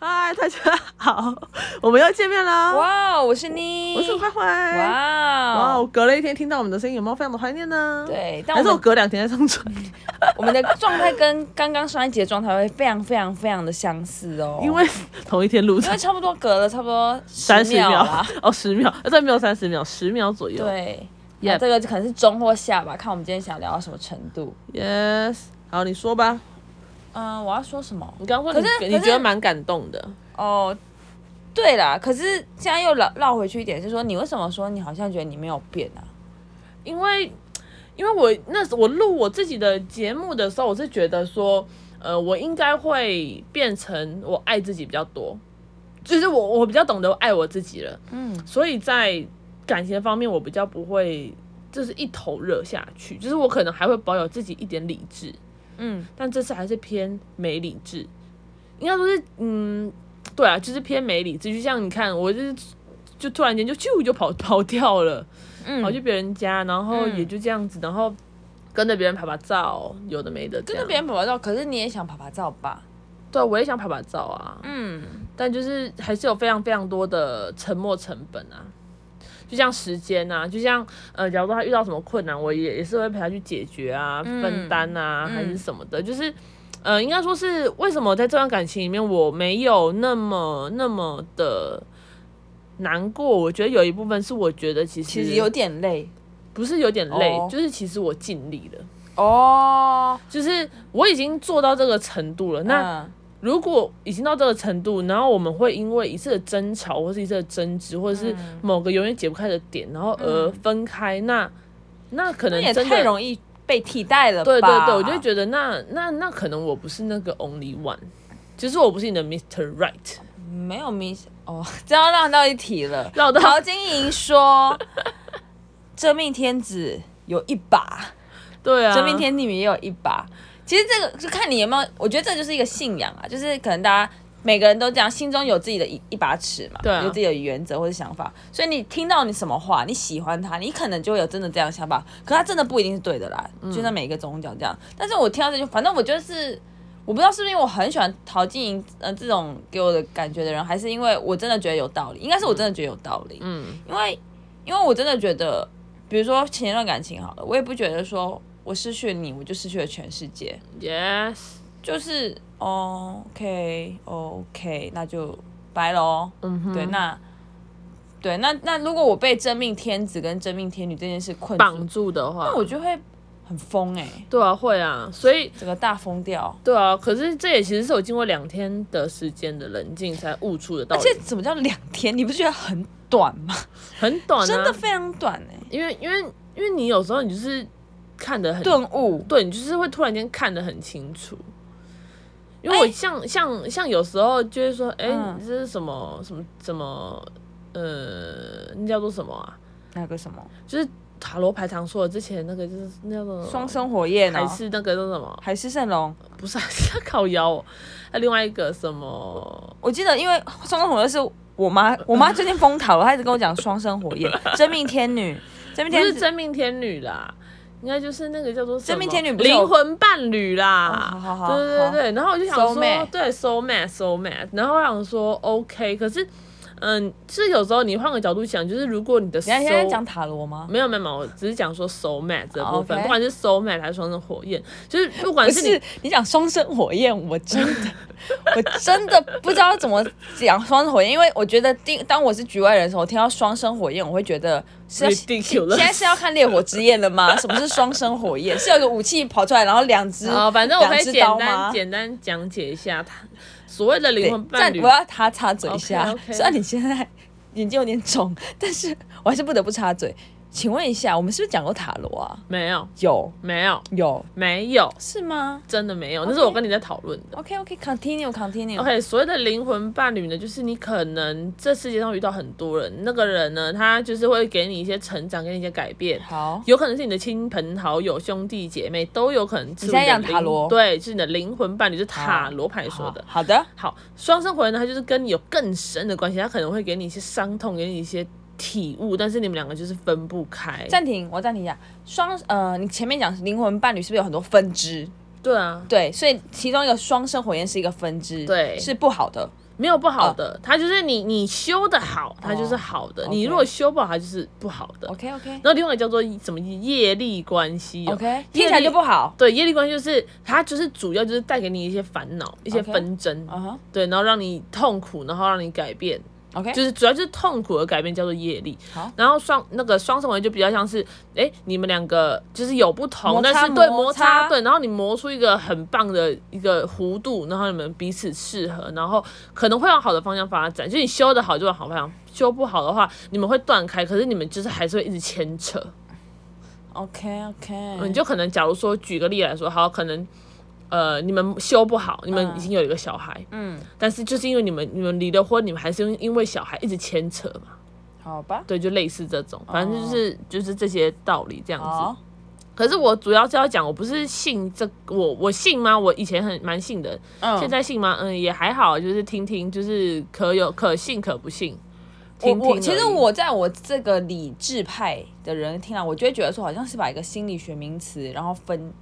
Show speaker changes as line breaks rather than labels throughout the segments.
嗨，大家好，我们又见面啦！
哇，我是
啊
你，
我是坏坏。哇
哇
哦，
哦，
隔了一天听到我们的声音，有没有非常的怀念呢？，
对，但
还
我
是我嗯
们
隔两天再上传？
我们的状态跟刚刚上一集的状态会非常非常非常的相似哦，
因为同一天录
因为
的，
差不多隔了差不多
三十
秒啦，
哦，十秒，呃，这没有三十秒，十秒左右。
对。
Yep
那这个可能是中或下吧，看我们今天想聊到什么程度。
Yes，好，你说吧。
嗯，我要说什么？
你刚刚说
可是
你
可
你
是
觉得蛮感动的，
哦，对啦，可是现在又绕绕回去一点，就是说你为什么说你好像觉得你没有变啊？
因为因为我那时我录我自己的节目的时候，我是觉得说，呃，我应该会变成我爱自己比较多，就是我我比较懂得爱我自己了，
嗯，
所以在感情方面我比较不会就是一头热下去，就是我可能还会保有自己一点理智，
嗯，
但这次还是偏没理智，应该说是嗯，对啊，就是偏没理智，就像你看我就是。就突然间就咻就跑跑掉了，
嗯
跑去别人家，然后
嗯
也就这样子，然后跟着别人拍拍照，有的没的这
跟
样。
着别人拍拍照，可是你也想拍拍照吧？
对，我也想拍拍照啊，
嗯，
但就是还是有非常非常多的沉没成本啊，就像时间啊，就像呃，假如说他遇到什么困难，我也也是会陪他去解决啊，
嗯
分担啊，
嗯
还是什么的，就是。呃，应该说是为什么在这段感情里面我没有那么那么的难过？我觉得有一部分是我觉得其实
其实有点累
不是有点累，
哦
就是其实我尽力了。
哦。
就是我已经做到这个程度
嗯
了。那
那
如果已经到这个程度，然后我们会因为一次的争吵，或是一次的争执，或者是
嗯
某个永远解不开的点，然后而分开，那那可
那
能
也
真
太
的。
容易被替代了吧？
对对对，我就会觉得那那那可能我不是那个 only one，其实我不是你的 Mr. Right，
得没有明显哦，这要绕到一题了。
绕到
陶晶莹说：“真命天子有一把，
对啊，
真命天女也有一把。”其实这个就看你有没有，我觉得这就是一个信仰啊，就是可能大家每个人都这样，心中有自己的一一把尺嘛，
对啊
有自己的原则或者想法。所以你听到你什么话，你喜欢他，你可能就会有真的这样的想法，可他真的不一定是对的啦，
嗯
就像每一个宗教这样。但是我听到这句，反正我就是。我不知道是不是因为我很喜欢陶晶莹，呃，这种给我的感觉的人，还是因为我真的觉得有道理，应该是我真的觉得有道理，
嗯，
因为因为我真的觉得，比如说前一段感情好了，我也不觉得说我失去了你，我就失去了全世界，
yes，
就是哦 OK OK，那就拜喽。
嗯哼，
对，那对那那如果我被真命天子跟真命天女这件事困
绑住
住，
的话
那，我就会很疯哎、
对啊，会啊，所以
整个大疯掉。
对啊，可是这也其实是我经过两天的时间的冷静才悟出的道
而
理，
且怎么叫两天？你不觉得很短吗？
很短啊，
真的非常短哎、
因为因为因为你有时候你就是看得很
顿悟。
对你就是会突然间看得很清楚。因为我
哎
像、像像有时候就会说，哎、
嗯
你这是什么什么什么，呃，那叫做什么啊？
那个什么
就是塔罗牌常说的之前那个就是那叫做什么
双生啊火焰哦呢、
呃还是那个叫什么？
海市蜃楼，
不是，啊 是烤腰、哦，还有另外一个什么？
我记得因为双生火焰是我妈，我妈最近疯塔罗，她一直跟我讲双生火焰、真命天女、真命
不
天
是
子。
真命天女啦，应该就是那个叫做什么
真命天女不是有
灵魂伴侣啦。
哦好好好
对对
好
对对，然后我就想说
Soulmate
对，so mad so mad，然后我想说 OK，可是嗯，是有时候你换个角度想，就是如果你的 so
你看现在讲塔罗吗？
没有没有没有，我只是讲说 so mad 这部分
OK
不管是 so mad 还是双生火焰，就是不管
不
是你
是，你讲双生火焰，我真 的，我真的不知道怎么讲双生火焰，因为我觉得第当我是局外人的时候，我听到双生火焰，我会觉得是要
Ridiculous
现在是要看烈火之焰了吗？什么是双生火焰？是有个武器跑出来，然后两只，
哦，反正我可以
两只
简
刀
单
吗？
简单讲解一下它所谓的灵
对
魂，伴
但
侣
我。要他插嘴一下。
OK，OK
虽然你现在眼睛有点肿，但是我还是不得不插嘴。请问一下，我们是不是讲过塔罗啊？
没有
有
没有
有
没有，
是吗
真的没有，那是
OK
我跟你在讨论的。
？OK OK continue continue。
OK，所谓的灵魂伴侣呢，就是你可能这世界上遇到很多人，那个人呢，他就是会给你一些成长，给你一些改变，
好，
有可能是你的亲朋好友、兄弟姐妹都有可能是
你现在
你的
讲
灵
塔罗
对，是你的灵魂伴侣，就是塔罗牌说的。
好好的。
好，双生火焰呢，它就是跟你有更深的关系，它可能会给你一些伤痛，给你一些体悟，但是你们两个就是分不开。
暂停，我暂停一下。双呃，你前面讲灵魂伴侣是不是有很多分支？
对啊，
对，所以其中一个双生火焰是一个分支，
对
是不好的。
没有不好的，它就是你你修的好，它就是好的；你
哦 OK
如果修不好，它就是不好的。
OK OK
然后另外一个叫做什么业力关系、哦
OK，听起来就不好。
对，业力关系就是它就是主要就是带给你一些烦恼、一些
OK
纷争
嗯哼
对，然后让你痛苦，然后让你改变，
，OK，
就是主要就是痛苦而改变叫做业力。
好
然后双那个双生火焰就比较像是，哎、你们两个就是有不同，
摩擦
但是对
摩
摩擦
擦
对，然后你磨出一个很棒的一个弧度，然后你们彼此适合，然后可能会往好的方向发展。就你修的好就往好方向，修不好的话，你们会断开，可是你们就是还是会一直牵扯。
OK OK，
嗯你就可能假如说举个例来说，好，可能呃你们修不好，你们
嗯
已经有一个小孩，
嗯，
但是就是因为你们你们离了婚，你们还是因为小孩一直牵扯嘛。
好吧，
对，就类似这种，
哦
反正就是、就是这些道理这样子。
好，
可是我主要是要讲，我不是信这我我信吗？我以前很蛮信的，
嗯，
现在信吗？嗯，也还好，就是听听，就是可有可信可不信。
我
听听
我
而
其实
已
我在我这个理智派的人听了，我就会觉得说好像是把一个心理学名词，然后分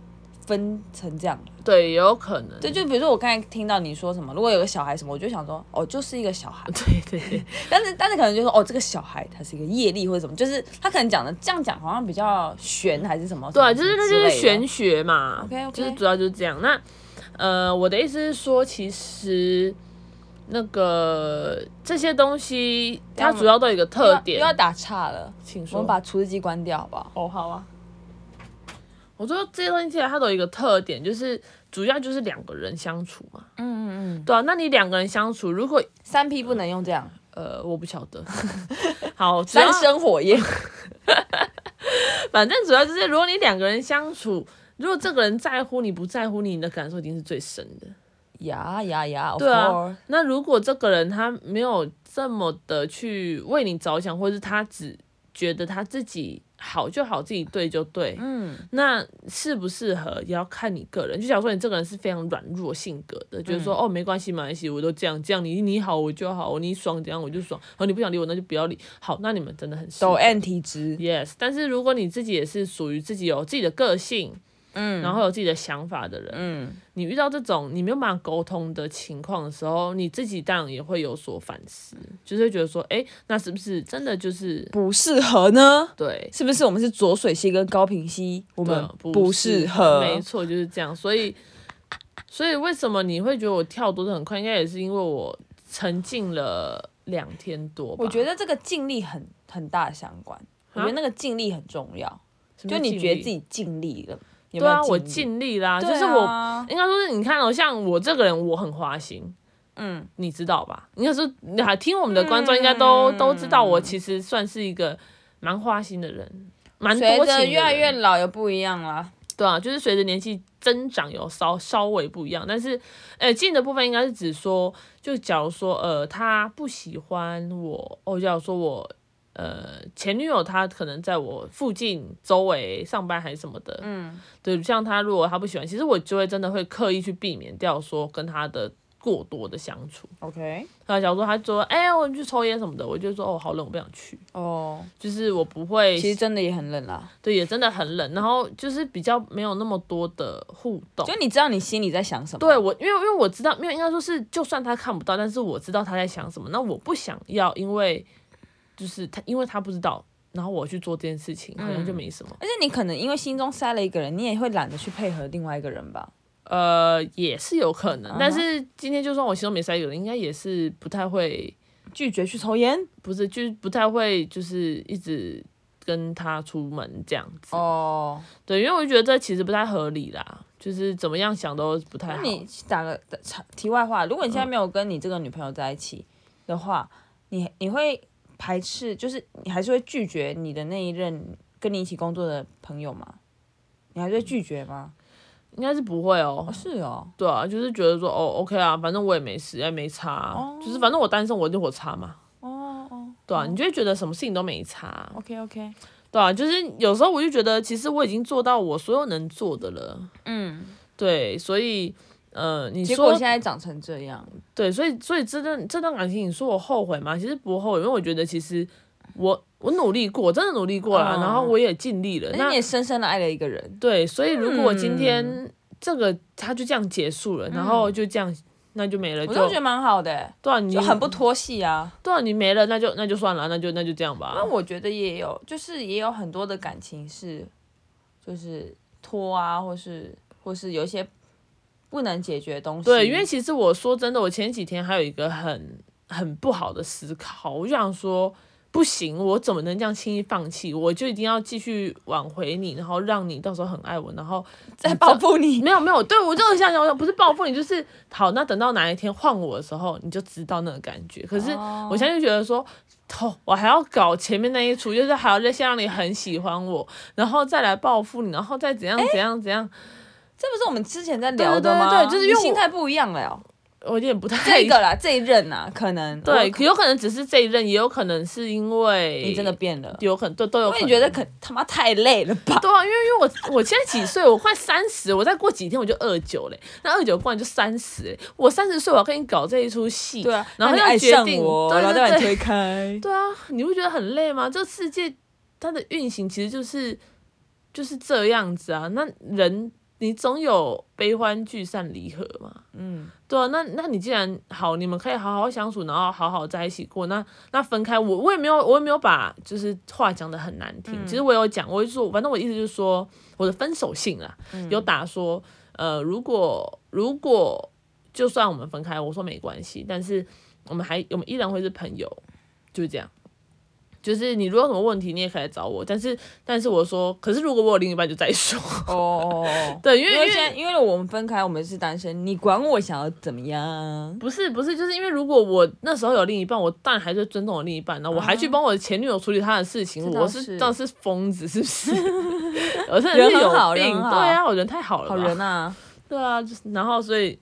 分成这样。
对也有可能，，
对，就比如说我刚才听到你说什么，如果有个小孩什么，我就想说哦，就是一个小孩
对对对
但是但是可能就说哦，这个小孩他是一个业力或者什么，就是他可能讲的这样讲好像比较玄还是什么
对啊，就是那
那
就是玄学嘛
OK，OK
就是主要就是这样。那呃，我的意思是说，其实那个这些东西，它
要么
主要都有一个特点
又。要打岔了，
请说。
我们把厨师机关掉好不好？
哦，好啊。我说这些东西其实它都有一个特点，就是主要就是两个人相处嘛。
嗯嗯嗯，
对啊，那你两个人相处，如果
三 P 不能用这样，
呃，我不晓 得。好，主要
三生火焰。
反正主要就是，如果你两个人相处，如果这个人在乎你不在乎你，你的感受一定是最深的。
呀呀呀！
对啊，，那如果这个人他没有这么的去为你着想，或是他只觉得他自己好就好，自己对就对，
嗯，
那适不适合也要看你个人。就假如说你这个人是非常软弱性格
嗯
的，觉得说、哦没关系没关系，我都这样这样，你你好我就好，你爽怎样我就爽，然后你不想理我那就不要理。好，那你们真的很适合
抖 N 体质，
Yes，但是如果你自己也是属于自己有自己的个性，
嗯，
然后有自己的想法的人，
嗯，
你遇到这种你没有办法沟通的情况的时候，你自己当然也会有所反思，就是会觉得说，哎、那是不是真的就是
不适合呢？
对？
是不是我们是左水系跟高平系，我
我
们不适合？
没错，就是这样。所以，所以为什么你会觉得我跳多的很快？应该也是因为我沉浸了两天多吧。
我觉得这个尽力很很大的相关，我
啊
觉得那个尽力很重要，
什么
就
叫
你
尽
觉得
力
自己尽力了，
对
有没有
啊，我
力
尽力啦，
对
就是我
啊
应该说是你看哦，像我这个人，我很花心，
嗯，
你知道吧？应该说，你还听我们的观众应该都、
嗯
都知道，我其实算是一个蛮花心的人，蛮多
随
情的
着
人
越来越老又不一样啦。
对啊，就是随着年纪增长有稍稍微不一样，但是，呃，近的部分应该是指说，就假如说，呃，他不喜欢我，哦，假如说我，呃，前女友她可能在我附近周围上班还是什么的，
嗯，
对，像他如果他不喜欢，其实我就会真的会刻意去避免掉说跟他的过多的相处。
OK，
那假如说他说，哎、我去抽烟什么的，我就说，哦，好冷，我不想去。
哦，
就是我不会，
其实真的也很冷啊啦，
对，也真的很冷，然后就是比较没有那么多的互动
就。你知道你心里在想什么。
对我，因为因为我知道，没有应该说是，就算他看不到，但是我知道他在想什么。那我不想要，因为就是他，因为他不知道，然后我去做这件事情，好像就
嗯
没什么。
而且你可能因为心中塞了一个人，你也会懒得去配合另外一个人吧？
呃，也是有可能
嗯哼
但是今天就算我心中没塞一个人，应该也是不太会，
拒绝去抽烟
不是就是不太会，就是一直跟他出门这样子。
哦。
对，因为我就觉得这其实不太合理啦，就是怎么样想都不太
那
好。
你打个打岔题外话，如果你现在没有跟你这个女朋友在一起的话，你你会排斥，就是你还是会拒绝你的那一任跟你一起工作的朋友吗？你还是会拒绝吗？
应该是不会哦
哦，，是哦，
对啊，就是觉得说哦，OK 啊，反正我也没事，也没差啊、就是反正我单身，我就我差嘛。
哦哦
对啊，你就会觉得什么事情都没差，
，OK OK，
对啊，就是有时候我就觉得，其实我已经做到我所有能做的了，
嗯，
对，所以，呃，你
结果
说
现在长成这样，
对，所以所以这段这段感情，你说我后悔吗？其实不后悔，因为我觉得其实我我努力过，真的努力过了，
嗯
然后我也尽力了。
但是
那
你也深深的爱了一个人，
对，所以如果今天这个他就这样结束了，然后就这样，那就没了，就
嗯我就觉得蛮好的、欸，
对啊，你
就很不拖戏啊。
对啊，你没了，那就那就算了，那就那就这样吧
那。我觉得也有，就是也有很多的感情是，就是拖啊，或是或是有一些不能解决的东西。
对，因为其实我说真的，我前几天还有一个很很不好的思考，我就想说，不行，我怎么能这样轻易放弃？我就一定要继续挽回你，然后让你到时候很爱我，然后
在报复你，
没有没有，对我就是想想，不是报复你，就是好。那等到哪一天换我的时候，你就知道那个感觉。可是
哦
我现在就觉得说，哦，我还要搞前面那一出，就是还要再先让你很喜欢我，然后再来报复你，然后再怎样怎样怎样。
这不是我们之前在聊的吗？
对对对对就是因为
你心
我
态不一样了哟。
我有点不太
这个啦，这一任啊，可能
对，
我
可有可能只是这一任，也有可能是因为
你真的变了，
有可能都都有
因
可
为
能。
你觉得可他妈太累了吧？
对啊，因为因为我我现在几岁？我快三十，我再过几天我就二九嘞，那二九过完就三十嘞。我三十岁我要跟你搞这一出戏，
对啊，
然后
那
要
你爱
决
上
定，
我，
对
然后再
对对
把你推开。
对啊，你不觉得很累吗？这世界它的运行其实就是就是这样子啊。那人你总有悲欢聚散离合嘛。
嗯，
对啊，那那你既然好，你们可以好好相处，然后好好在一起过。那那分开，我我也没有，我也没有把就是话讲的很难听。
嗯
其实我有讲，我就说，反正我意思就是说，我的分手信啊，
嗯
有打说，呃，如果如果就算我们分开，我说没关系，但是我们还我们依然会是朋友，就是这样。就是你如果有什么问题，你也可以来找我。但是但是我说，可是如果我有另一半就再说。
哦哦哦哦，
对，因为
因为现在因为我们分开，我们是单身，你管我想要怎么样？
不是不是，就是因为如果我那时候有另一半，我当然还是尊重我另一半呢，我还去帮我的前女友处理她的事情，
嗯这倒
我
是
是当是疯子是不 是？ 我真的是
人很
有
好人
病，
很好
对啊，我人太好了吧，
好人啊，
对啊，就是然后所以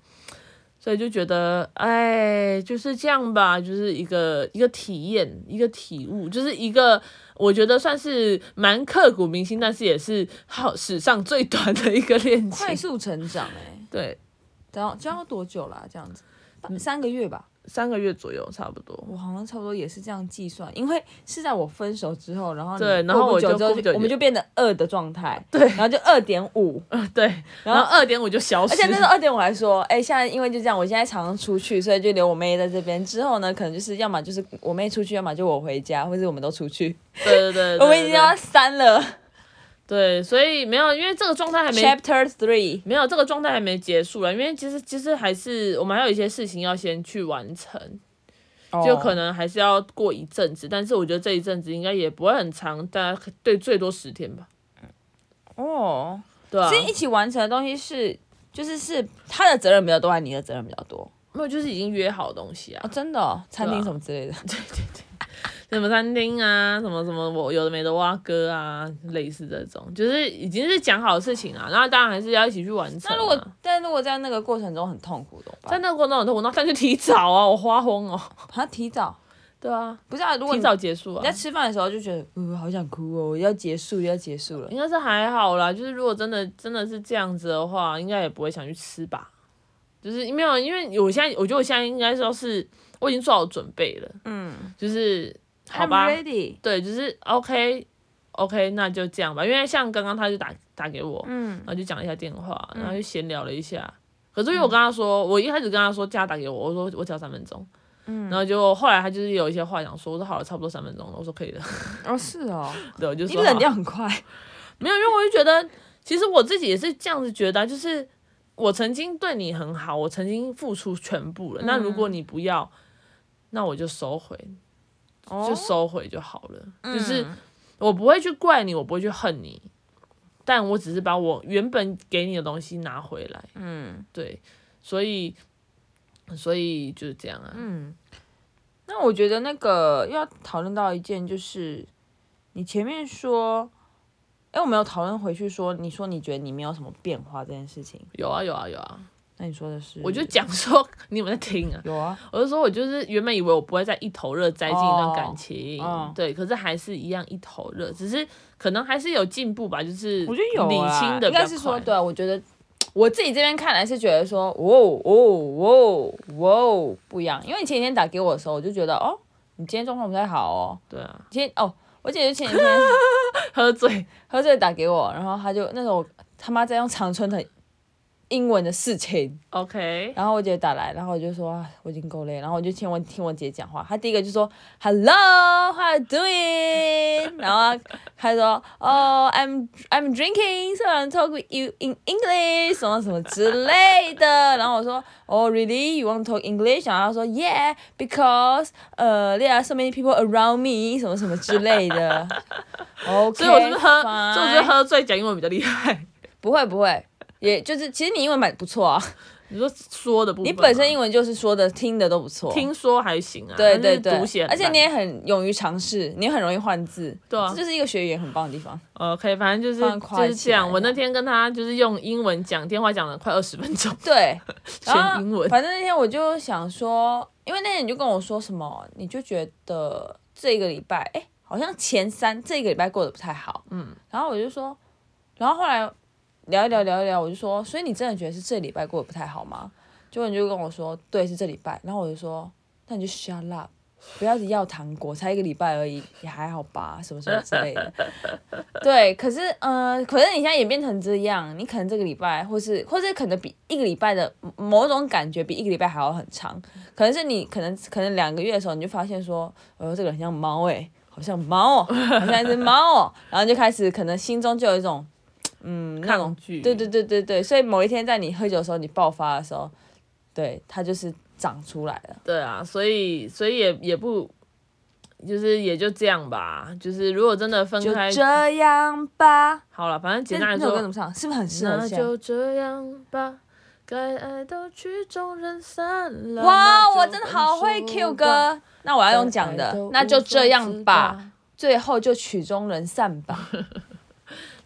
所以就觉得哎就是这样吧，就是一个一个体验，一个体悟，就是一个我觉得算是蛮刻骨铭心，但是也是好史上最短的一个恋
快
情，
速成长哎，
对，
然后这样要多久啦？这样子半三个月吧，
三个月左右差不多。
我好像差不多也是这样计算，因为是在我分手之后，然后你
对然后
过不
我
久
就
之后
过不久
我
就
们就变成二的状态，对，然后就二点 五，
对，然后二点五就消失。
而且那时候二点五还说，哎、现在因为就这样，我现在常常出去，所以就留我妹在这边。之后呢，可能就是要么就是我妹出去，要么就我回家，或者我们都出去。
对对对，对
我们已经要三了
对，所以没有，因为这个状态还没
，Chapter Three。
没有这个状态还没结束了，因为其实其实还是我们还有一些事情要先去完成，
哦
就可能还是要过一阵子，但是我觉得这一阵子应该也不会很长，大家对最多十天吧，
哦，
对啊
所，以一起完成的东西是，就是是他的责任比较多，还是你的责任比较多？
没有就是已经约好的东西
哦，
啊，
真的、哦，餐厅什么之类的。
什么餐厅啊，什么什么我有的没的挖哥啊，类似这种，就是已经是讲好的事情啊，然后当然还是要一起去完成、啊。
那如果，但如果在那个过程中很痛苦怎么
在
办？
那个过程中，我那但就提早啊，我花疯哦，
他提早，
对啊，
不是啊？如果
提
你
早结束啊
你在，吃饭的时候就觉得，嗯、好想哭哦，要结束，要结束了。
应该是还好啦。就是如果真的真的是这样子的话，应该也不会想去吃吧。就是没有，因为我现在我觉得我现在应该说是我已经做好准备了，
嗯，
就是好吧
I'm ready。
对，就是 OK OK，那就这样吧。因为像刚刚他就打打给我，
嗯
然后就讲了一下电话，然后就闲聊了一下。可是因为我跟他说，我一开始跟他说叫他打给我，我说我只要三分钟，
嗯
然后就后来他就是有一些话想说，我说好了，差不多三分钟了，我说可以了，
哦，是哦，
对，我就
你
说
冷
好
掉很快。
没有，因为我就觉得，其实我自己也是这样子觉得啊、就是我曾经对你很好，我曾经付出全部了，
嗯
那如果你不要，那我就收回，就收回就好了，就是
哦嗯
我不会去怪你，我不会去恨你，但我只是把我原本给你的东西拿回来。
嗯
对，所以所以就是这样啊。
嗯。那我觉得那个要讨论到一件，就是你前面说，哎，我们有讨论回去说，你说你觉得你没有什么变化这件事情，
有啊有啊有啊，
那你说的是？
我就讲说 你有没有在听啊？
有啊，
我就说我就是原本以为我不会再一头热栽进一段感情，
哦嗯
对，可是还是一样一头热，只是可能还是有进步吧，就是
我觉得 有
理
啊
清的
应
比较
该是说，
快
对啊，我觉得。我自己这边看来是觉得说，哦哦哦哦，不一样。因为你前几天打给我的时候，我就觉得，哦，你今天状况不太好哦。
对啊，
今天哦，我姐姐前几天
喝醉，
喝醉打给我，然后他就那时候我他妈在用长春的英文的事情。
OK，
然后我姐打来，然后我就说啊我已经够累，然后我就听我听我姐讲话。她第一个就说 Hello，How are you doing？然 后她说哦、i m I'm drinking，so I'm talk with you in English，什么什么之类的。 然后我说哦、r e a l l y you want to talk English？然后她说 Yeah，because 呃、there are so many people around me，什么什么之类 的。OK，
所以我是不是喝？所以我是
fine
喝醉讲英文比较厉害。
不会不会，也就是其实你英文蛮不 错啊，
你说说的部分吗，
你本身英文就是说的听的都不错。
听说还行啊，
对对
但是
对，
读写很
而且
烂
你也很勇于尝试，你也很容易换字，
对啊
这就是一个学语言很棒的地方。
OK，反正就是
放
就
快
是
起
这
来
样。我
这
那天跟他就是用英文讲电话，讲了快二十分钟，
对，
全
然后
英文。
啊反正那天我就想说，因为那天你就跟我说什么，你就觉得这个礼拜，哎、好像前三这个礼拜过得不太好，嗯，然后我就说，然后后来聊一聊聊一聊，我就说，所以你真的觉得是这礼拜过得不太好吗？结果你就跟我说，对，是这礼拜，然后我就说，那你就 shut up。不要一直要糖果，才一个礼拜而已，也还好吧，什么什么之类的。 对，可是呃，可是你现在演变成这样，你可能这个礼拜，或是或是可能比一个礼拜的某种感觉比一个礼拜还要很长，
嗯
可能是你可能可能两个月的时候，你就发现说，呃，这个人像猫诶、好像猫哦， 好像一只猫哦，然后就开始可能心中就有一种，嗯，那种
抗拒
对对对对对，所以某一天在你喝酒的时候，你爆发的时候，对，它就是长出来了。
对啊，所以所以也也不，就是也就这样吧。就是如果真的分
就
开，
这样吧。哎
好了，反正简单
那
来
那首歌怎
说
么，唱？是不是很适合
那
现在？
就这样吧。该爱都曲终人散了。
哇，
那
我
就
真的
分
好会
手
Q
吧，
歌。那我要用讲
该爱
的
都，
那就
无法
这样
自
吧，
拔。
最后就曲终人散 吧。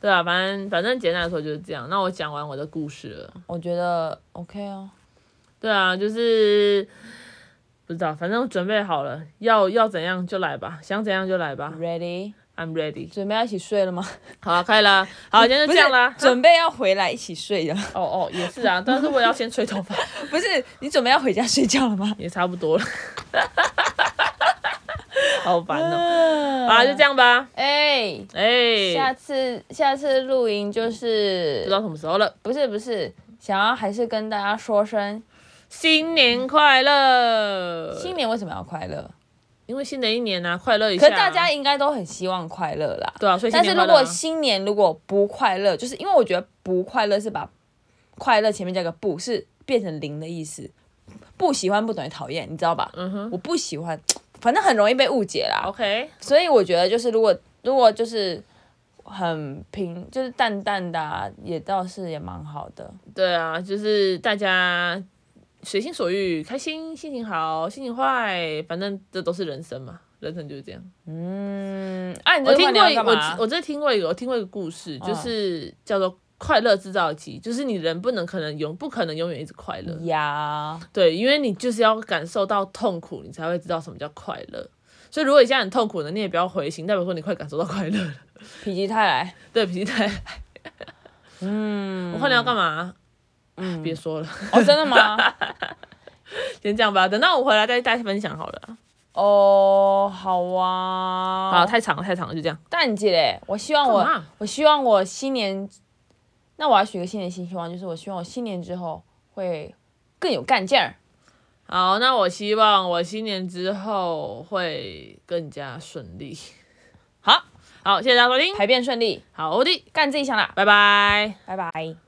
对啊，反正反正简单来说就是这样。那我讲完我的故事了。
我觉得 OK 哦，
对啊，就是不知道，反正准备好了，要要怎样就来吧，想怎样就来吧
Ready，
，I'm ready。
准备要一起睡了 吗？
好啊，可以啦，好，今天就
不
这
是
样啦。
准备要回来一起睡的，
哦哦，也是啊，但是我也要先吹头发，
不是你准备要回家睡觉了吗？
也差不多了。 好烦哦、好
啊
啊，就这。样吧。
哎，
哎、
下次下次露营就
不知道
是
什么时候了。
不是不是，想要还是跟大家说声
新年快乐！
新年为什么要快乐？
因为新的一年啊，快乐一下
可
啊。
是大家应该都很希望快乐啦。
对啊，所以新
但是
年
如
快乐啊、
果新年如果不快乐，就是因为我觉得不快乐是把快乐前面加个不，是变成零的意思。不喜欢不等于讨厌，你知道吧？嗯哼，我不喜欢，反正很容易被误解啦。
OK，
所以我觉得就是如果如果就是很平，就是淡淡的、啊，也倒是也蛮好的。
对啊，就是大家随心所欲，开心，心情好，心情坏，反正这都是人生嘛，人生就是这样。
嗯，啊，你
我
这
听
个
过一
话你
个，
要干嘛
我我真的听过一个，我听过一个故事，就是叫做。快乐制造机，就是你人不能可能永不可能永远一直快乐，
呀，
对，因为你就是要感受到痛苦，你才会知道什么叫快乐。所以如果你现在很痛苦呢，你也不要灰心，代表说你快感受到快乐了。
否极泰来。
对，皮带，
嗯，
我看你要干嘛？啊
嗯
别说了，
哦，真的吗？
先这样吧，等到我回来再大家分享好了。
哦，好啊，
好，太长了，太长了，就这样。
蛋姐嘞，我希望
干
我
嘛，
我希望我新年，那我要许个新年新希望，就是我希望我新年之后会更有干劲儿。
好，那我希望我新年之后会更加顺利。
好，
好，谢谢大家收听，
排便顺利，
好的，
干自己想啦，
拜拜。
拜拜。